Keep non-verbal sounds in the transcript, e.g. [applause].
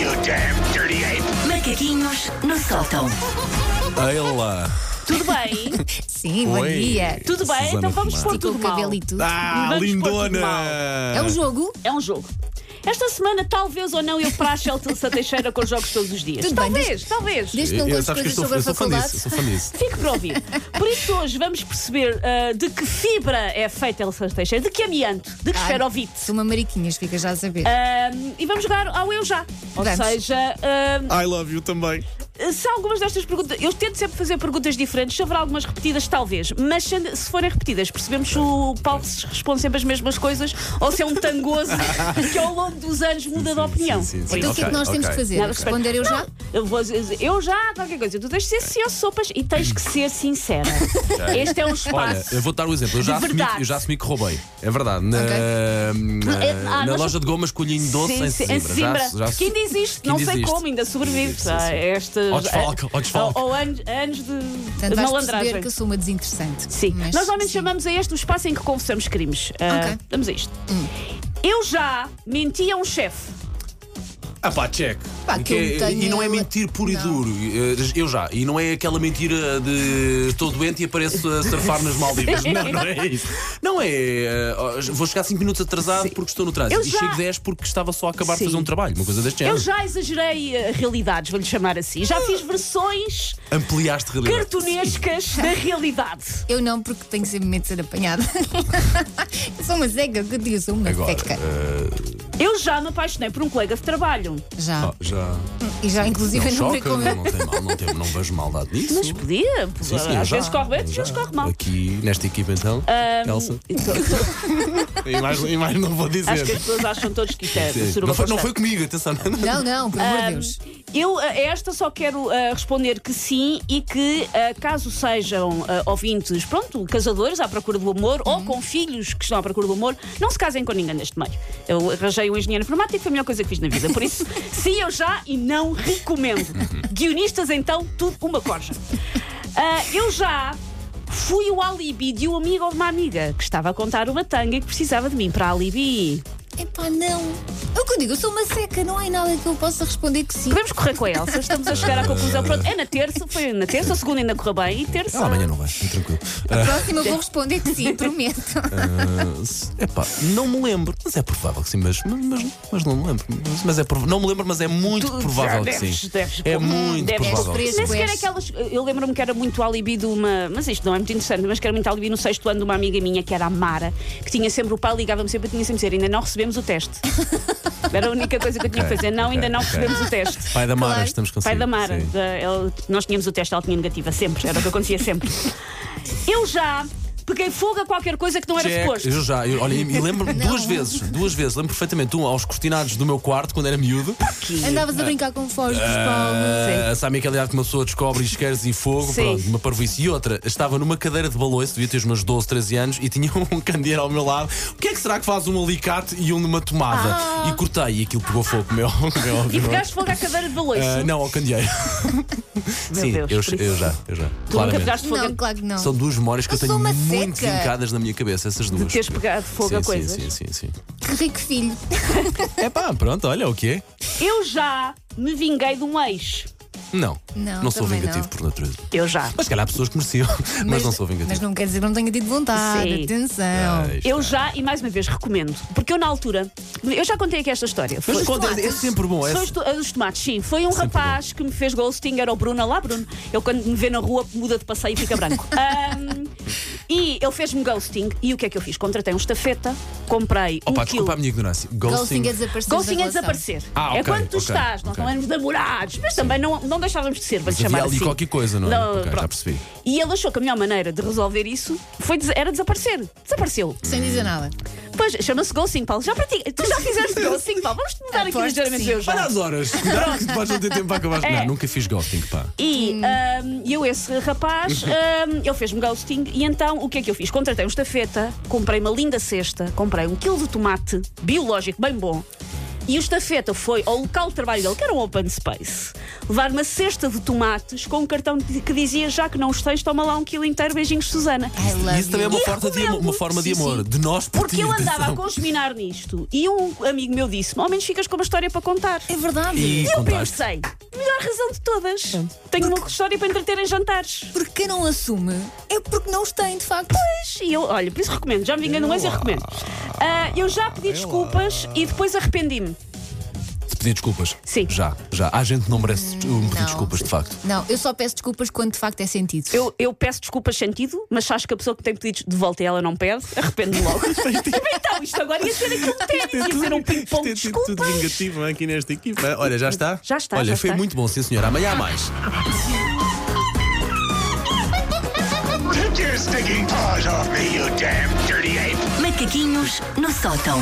you damn dirty ape! Macaquinhos no sótão. Ela. Tudo bem? Sim, bom Oi. dia. Tudo bem? Susana então vamos Romana. pôr Estica o tudo mal. cabelo e tudo. Ah, Vamos pôr tudo lindona! mal. É um jogo? É um jogo. Esta semana, talvez ou não, eu para a Shelton Teixeira com jogos todos os dias. Tudo bem, talvez, talvez. Desde que não Eu- contes sabes que eu coisas sou, sobre eu a sou fã faculdade. disso, sou fã [laughs] disso. Fique para ouvir. Por isso, hoje vamos perceber ah, de que fibra é feita a Elsa Teixeira, de que amianto, de que Ai, esferovite. Sou uma mariquinhas, fica já a saber. Ah, e vamos jogar ao Eu Já. Ou Vamos. seja, ah, I love you também. se há algumas destas perguntas. Eu tento sempre fazer perguntas diferentes, se haverá algumas repetidas, talvez. Mas se se forem repetidas, percebemos se o Paulo se responde sempre as mesmas coisas ou se é um tangoso que ao longo dos anos muda de opinião. sim, sim, Por sim. então isso, o que é que ok, nós temos ok. que fazer? Nada Responder eu já? Eu, vou dizer, eu já, qualquer coisa. Tu tens de ser senhor sopas e tens que [laughs] ser sincera. Este é um Olha, espaço. eu vou dar um exemplo. Eu já, De assumi, verdade. eu já assumi que roubei. É verdade. Na, na- É- ah, na nós- loja de gomas, colhinho doce Sim, em sim, Sesimbra. Já, já, que ainda existe, que não ainda sei existe. como, ainda sobrevive Sim, sim, a sim. estas. Ao desfalque, ao desfalque. ou anos, anos de Portanto, vais malandragem. perceber que eu sou uma desinteressante. Sim. Mas, Nós normalmente sim. chamamos a este o espaço em que confessamos crimes. Ah, Ok. Hum. Vamos a isto. Eu já menti a um chefe. Ah pá, check. Pá, que eu Que é- tenho- E não é mentir puro e Não. duro. Eh, Eu já. E não é aquela mentira de estou doente e apareço a surfar nas [laughs] Maldivas. Não, não é isso. Não é. eh, ó, vou chegar 5 minutos atrasado porque estou no trânsito. Eu E já- chego 10 porque estava só a acabar de Sim. fazer um trabalho. Uma coisa deste Eu género. já exagerei eh, realidades, vou-lhe chamar assim. Já fiz versões Ampliaste realidade. cartunescas da realidade. Eu não, porque tenho sempre medo de ser apanhada. [laughs] eu sou uma cega, que eu digo, eu sou uma Agora. seca. eh, Eu já me apaixonei por um colega de trabalho. Já. ah, já. E já, inclusive, Não eu não choca, brinco não, com ele. não tem mal, não, tem, não vejo maldade nisso. Mas podia, Sim, sim, eu às já, vezes corre bem, às já. vezes corre mal. então. Aqui, nesta equipa então, [laughs] Elsa. E mais, e mais não vou dizer. Acho que as pessoas acham todos que isto é Sim. suruba não, foi, não constante. foi comigo, atenção. não, é? não. Não, não, por amor de Deus. Eu eh, a esta só quero ah, responder que sim e que ah, caso sejam ah, ouvintes, pronto, casadores à procura do amor ou com filhos que estão à procura do amor, não se casem com ninguém neste meio. Eu arranjei um engenheiro informático, foi a melhor coisa que fiz na vida. Por isso, sim eu já e não recomendo. Guionistas então, tudo uma corja. Ah, eu já fui o alibi de um amigo ou de uma amiga que estava a contar uma tanga e que precisava de mim para alibi. Epá, não. É o que eu digo, eu sou uma seca, não há nada que eu possa responder que sim. Podemos correr com a Elsa, estamos a chegar à conclusão. Pronto, é na terça, foi na terça, a segunda ainda correu bem e terça. Ela um amanhã É não vai, tranquilo. A próxima eu vou responder [laughs] que sim, prometo. É epá, não me lembro, mas é provável que sim, mas, mas, mas não me lembro. Mas, mas é prov- não me lembro, mas é muito Tu- provável deves- que sim. deves- é muito deves- provável. que deves- sim. Nem sequer Pois. aquelas. Eu lembro-me que era muito alibi de uma. Mas isto não é muito interessante, mas que era muito alibi no sexto ano de uma amiga minha, que era a Mara, que tinha sempre. O pai ligava-me sempre, eu tinha sempre de dizer, ainda não recebemos o teste. Era a única coisa que eu tinha que Ok, fazer. Não, ok, ainda não ok. recebemos o teste. Pai da Mara, Claro. estamos consigo. Pai da Mara. sim. da- ele- nós tínhamos o teste, ela tinha negativa, sempre. Era o que acontecia sempre. Eu já peguei fogo a qualquer coisa que não era Jack, suposto. Eu já, eu, olha, e [laughs] lembro-me duas vezes, duas vezes, lembro perfeitamente, um aos cortinados do meu quarto, quando era miúdo. Andavas a brincar com fogos, Ah, sabe aquela idade que uma pessoa descobre isqueiros e fogo, Sim. pronto, uma parvoíce. E outra, estava numa cadeira de baloiço, devia ter os meus 12, 13 anos, e tinha [laughs] um candeeiro ao meu lado. O que é que será que faz um alicate e um numa tomada? E cortei, e aquilo pegou fogo, meu. meu Ah. [laughs] E óbvio. pegaste fogo à cadeira de balanço. Ah, não, ao candeeiro. [laughs] Meu Sim, Deus, eu, por isso. eu já, eu já. Tu nunca Claramente. pegaste fogo Não, claro que não. São duas memórias que eu, Eu sou tenho uma muito seca. vincadas na minha cabeça, essas duas. de teres pegado fogo sim, a sim, coisas. Sim, sim, sim. Que rico filho. É pá, pronto, olha o quê? Eu já me vinguei de um ex. Não, Não, não sou também vingativo não. por natureza. Eu já. Mas se calhar há pessoas que mereciam, [laughs] mas, não sou vingativo. Mas não quer dizer que não tenha tido vontade. Sim. Atenção. Aí está. Eu já, e mais uma vez, recomendo. Porque eu, na altura, eu já contei aqui esta história. Mas Foi- conta, é, é sempre bom. É, Foi os to- a dos tomates, sim. Foi um Sempre rapaz que me fez ghosting, era o Bruno. Lá, Bruno. Eu, quando me vê na rua, muda de passeio e fica [laughs] branco. Ahm, e ele fez-me ghosting. E o que é que eu fiz? Contratei um estafeta, comprei um Opa, quilo. desculpa a minha ignorância. Ghosting. Golfinho a desaparecer. Ghosting da é relação. desaparecer. Ah, é ok, quando tu ok, estás, nós ok. não éramos namorados, mas também não, não deixávamos de ser, vou-lhe Mas chamar havia ali assim. qualquer coisa, não é? Ok, já pronto. percebi. E ele achou que a melhor maneira de resolver isso foi des- era desaparecer. Desapareceu. Sem dizer nada. Pois, chama-se Ghosting, Paulo. Já pratica. Tu já [laughs] fizeste Ghosting, Paulo. Vamos mudar aqui Aposto ligeiramente que sim. eu já. Para as horas. Cuidado que depois não ter tempo para acabar. [laughs] É. Não, nunca fiz ghosting, pá. E ahm, eu, esse rapaz, ahm, ele fez-me ghosting. E então, o que é que eu fiz? Contratei um estafeta, comprei uma linda cesta, comprei um quilo de tomate biológico bem bom. E o estafeta foi ao local de trabalho dele, que era um open space, levar uma cesta de tomates com um cartão que dizia já que não os tens, toma lá um quilo inteiro, beijinhos, Susana. I love Isso também é you. uma, E forma de, recomendo. amor- uma forma de Sim, amor. De nós por Porque ti, eu andava a atenção. conspirar nisto e um amigo meu disse-me: ao menos ficas com uma história para contar. É verdade. E Eu contaste. pensei, melhor razão de todas. Tenho uma história para entreter em jantares. Porque quem não assume é porque não os tem, de facto. Pois, e eu, olha, por isso recomendo, já me vinguei no mês e recomendo. Ah, eu já pedi desculpas e depois arrependi-me. De pedir desculpas. Sim. Hum, Já, já. Há gente que não merece um pedir não. desculpas, de facto. Não, eu só peço desculpas quando de facto é sentido. Eu, eu peço desculpas sentido, mas acho que a pessoa que tem pedidos de volta e ela não pede, arrependo-me [laughs] logo. então, isto agora ia ser aquilo que tem, ia ser um ping-pong de desculpas. vingativo aqui nesta equipa. Olha, já está? Já está, Olha, já foi está. muito bom, sim, senhora. Amanhã há mais. Take your stinking paws off me, you damn dirty ape! Macaquinhos no sótão.